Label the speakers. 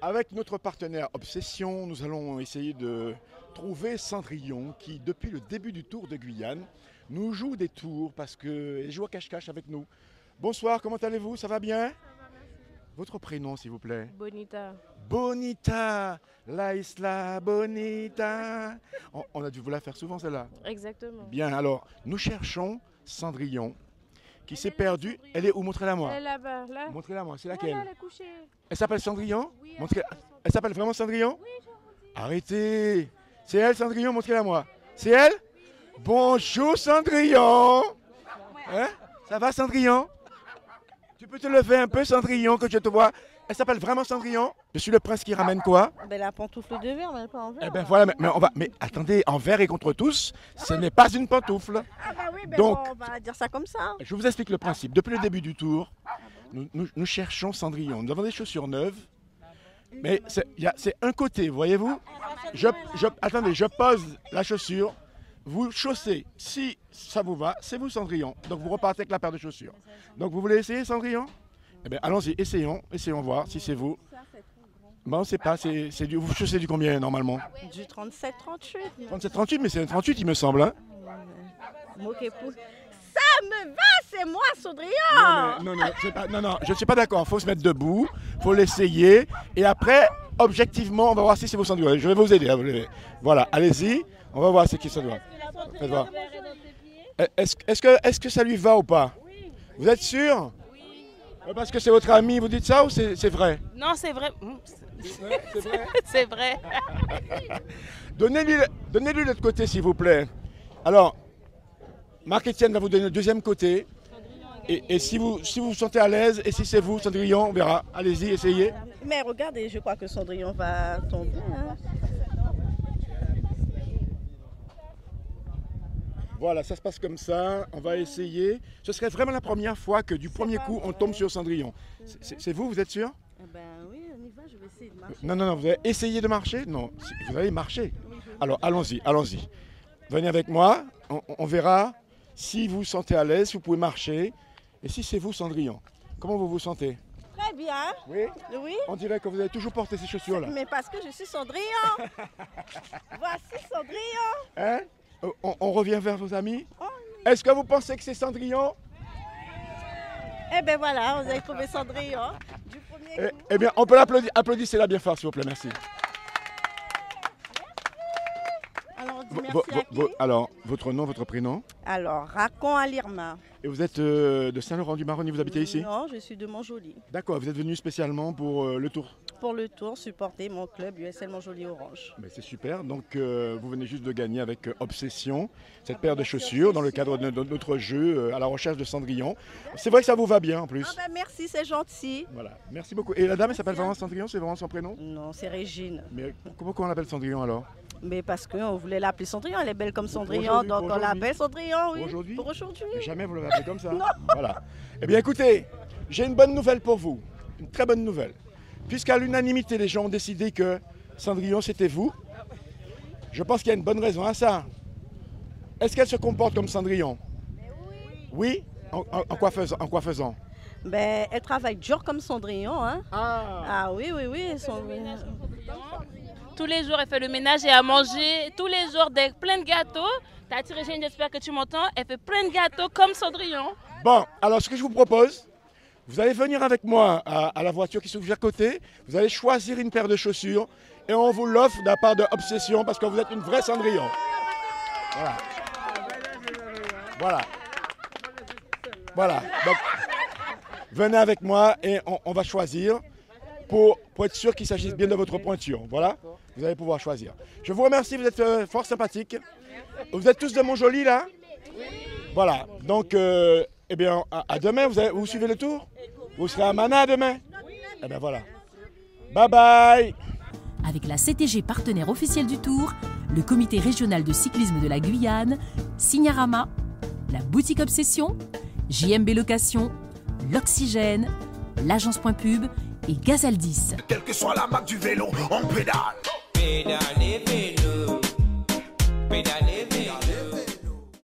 Speaker 1: Avec notre partenaire Obsession, nous allons essayer de trouver Cendrillon qui, depuis le début du tour de Guyane, nous joue des tours parce qu'elle joue à cache-cache avec nous. Bonsoir, comment allez-vous Ça va bien Votre prénom, s'il vous plaît
Speaker 2: Bonita.
Speaker 1: Bonita, la isla bonita. On, on a dû vous la faire souvent, celle-là.
Speaker 2: Exactement.
Speaker 1: Bien, alors, nous cherchons Cendrillon qui
Speaker 2: Elle
Speaker 1: s'est
Speaker 2: est là,
Speaker 1: perdue.
Speaker 2: Cendrillon.
Speaker 1: Elle est où Montrez-la moi.
Speaker 2: Elle est là-bas, là.
Speaker 1: Montrez-la moi, c'est
Speaker 2: Voilà,
Speaker 1: laquelle
Speaker 2: elle est couchée.
Speaker 1: Elle s'appelle Cendrillon
Speaker 2: Oui,
Speaker 1: Montrez-
Speaker 2: elle est
Speaker 1: Elle s'appelle vraiment Cendrillon
Speaker 2: Oui, je vous dis.
Speaker 1: Arrêtez C'est elle, Cendrillon, montrez-la moi. C'est elle Bonjour, Cendrillon Hein Ça va, Cendrillon Tu peux te lever un peu, Cendrillon, que je te vois Elle s'appelle vraiment Cendrillon Je suis le prince qui ramène quoi
Speaker 3: Ben, la pantoufle de verre, mais pas en hein. verre.
Speaker 1: Eh ben voilà, mais, mais on va... Mais attendez, envers et contre tous, ce n'est pas une pantoufle
Speaker 3: Ah bah oui, ben
Speaker 1: Donc-
Speaker 3: bon, on va dire ça hein. comme ça.
Speaker 1: Je vous explique le principe. Depuis le début du tour, nous, nous- nous cherchons Cendrillon. Nous avons des chaussures neuves, mais c'est il y a- c'est un côté, voyez-vous je, je- Attendez, je pose la chaussure, vous chaussez. Si ça vous va, c'est vous Cendrillon. Donc vous repartez avec la paire de chaussures. Donc vous voulez essayer Cendrillon Eh bien allons-y, essayons, essayons voir si c'est vous. Bon, on sait pas, c'est c'est du, vous chaussez du combien normalement
Speaker 3: Du 37-38.
Speaker 1: 37-38, mais c'est un 38 il me semble. hein
Speaker 3: Moquez pouce. Ça me va, c'est moi, Soudrillon
Speaker 1: Non, non, c'est pas- non, non, je ne suis pas d'accord. faut se mettre debout, faut l'essayer. Et après, objectivement, on va voir si c'est vos sandwichs. Je vais vous aider. à vous lever. Voilà, allez-y. On va voir c'est qui ça doit. Faites voir. Eh, Est-ce est-ce que, est que ça lui va ou pas Vous êtes sûr Euh, Parce que c'est votre ami, vous dites ça ou c'est c'est vrai
Speaker 2: Non, c'est vrai. Hum,
Speaker 1: C'est vrai.
Speaker 2: C'est vrai.
Speaker 1: Donnez-lui donnez l'autre côté, s'il vous plaît. Alors, Marc-Étienne va vous donner le deuxième côté. Et, et si, vous, si vous vous sentez à l'aise, et si c'est vous, Cendrillon, on verra. Allez-y, essayez.
Speaker 3: Mais regardez, je crois que Cendrillon va tomber. hein.
Speaker 1: Voilà, ça se passe comme ça. On va essayer. Ce serait vraiment la première fois que du premier
Speaker 3: pas
Speaker 1: coup, on
Speaker 3: vrai.
Speaker 1: tombe sur Cendrillon. C'est- C'est c'est vous, vous êtes sûr
Speaker 3: Eh Ben oui, on y va, je vais essayer de marcher.
Speaker 1: Non, non, non, vous allez essayer de marcher Non, si- vous allez marcher. Alors, allons-y, allons-y. Venez avec moi, on, on- on verra. Si vous vous sentez à l'aise, vous pouvez marcher. Et si c'est vous, Cendrillon, comment vous vous sentez
Speaker 3: Très bien,
Speaker 1: Oui
Speaker 3: oui.
Speaker 1: On dirait que vous avez toujours porté ces chaussures-là.
Speaker 3: Mais parce que je suis Cendrillon. Voici Cendrillon.
Speaker 1: Hein O- on, on revient vers vos amis
Speaker 3: Oh,
Speaker 1: Est-ce que vous pensez que c'est Cendrillon
Speaker 3: Eh ben voilà, vous avez trouvé Cendrillon. hein, Du
Speaker 1: Eh,
Speaker 3: premier coup.
Speaker 1: eh bien, on peut l'applaudir. Applaudissez-la bien fort, s'il vous plaît. Merci.
Speaker 3: Alors on dit
Speaker 1: Vo-
Speaker 3: merci
Speaker 1: vo-
Speaker 3: à
Speaker 1: vo- vo-
Speaker 3: qui
Speaker 1: alors, votre nom, votre prénom
Speaker 3: Alors, Racon à Lirma.
Speaker 1: Et vous êtes euh, de Saint-Laurent-du-Maroni, vous habitez ici
Speaker 3: Non, je suis de Montjoly.
Speaker 1: D'accord, vous êtes venu spécialement pour euh, le tour.
Speaker 3: Pour le tour, supporter mon club USL Montjoly Orange.
Speaker 1: Mais Ben, c'est super, donc euh, vous venez juste de gagner avec euh, Obsession cette paire de chaussures dans le cadre de no- notre jeu euh, à la recherche de Cendrillon. C'est vrai que ça vous va bien en plus.
Speaker 3: Ah ben. bah merci, c'est gentil.
Speaker 1: Voilà, merci beaucoup. Et la dame, elle s'appelle vraiment Cendrillon, c'est vraiment son prénom
Speaker 3: Non, c'est Régine.
Speaker 1: Mais comment on l'appelle Cendrillon alors
Speaker 3: Mais parce qu'on voulait l'appeler Cendrillon, elle est belle comme Cendrillon,
Speaker 1: aujourd'hui,
Speaker 3: donc
Speaker 1: pour
Speaker 3: on l'appelle Cendrillon, oui.
Speaker 1: Pour aujourd'hui
Speaker 3: Pour aujourd'hui.
Speaker 1: Mais Jamais vous l'avez appelé comme ça. Voilà. Eh bien écoutez, j'ai une bonne nouvelle pour vous. Une très bonne nouvelle. Puisqu'à l'unanimité, les gens ont décidé que Cendrillon, c'était vous. Je pense qu'il y a une bonne raison à ça. Est-ce qu'elle se comporte comme Cendrillon Oui en, en- en quoi faisant, en quoi faisant
Speaker 3: Ben, elle travaille dur comme Cendrillon, hein.
Speaker 1: Ah
Speaker 3: Ah oui, oui, oui. son-
Speaker 2: Tous les jours, elle fait le ménage et à manger. Tous les jours, des, plein de gâteaux. T'as tiré, Jane, j'espère que tu m'entends. Elle fait plein de gâteaux comme Cendrillon.
Speaker 1: Bon, alors ce que je vous propose, vous allez venir avec moi à, à la voiture qui se trouve à côté. Vous allez choisir une paire de chaussures et on vous l'offre d'un part de Obsession parce que vous êtes une vraie Cendrillon. Voilà. Voilà. Voilà. Donc, venez avec moi et on, on va choisir pour, pour être sûr qu'il s'agisse bien de votre pointure. Voilà. Vous allez pouvoir choisir. Je vous remercie, vous êtes euh, fort sympathique. Vous êtes tous de Montjoli là voilà, donc, euh, eh bien, à, à demain, vous, avez- vous suivez le tour Vous serez à Mana demain Eh bien, voilà. Bye bye
Speaker 4: Avec la CTG partenaire officielle du Tour, le comité régional de cyclisme de la Guyane, Signarama, la boutique Obsession, JMB Location, l'Oxygène, l'agence Point Pub et Gazaldis.
Speaker 5: Quelle que soit la marque du vélo, on pédale.
Speaker 6: Pédalez vélo, pédalez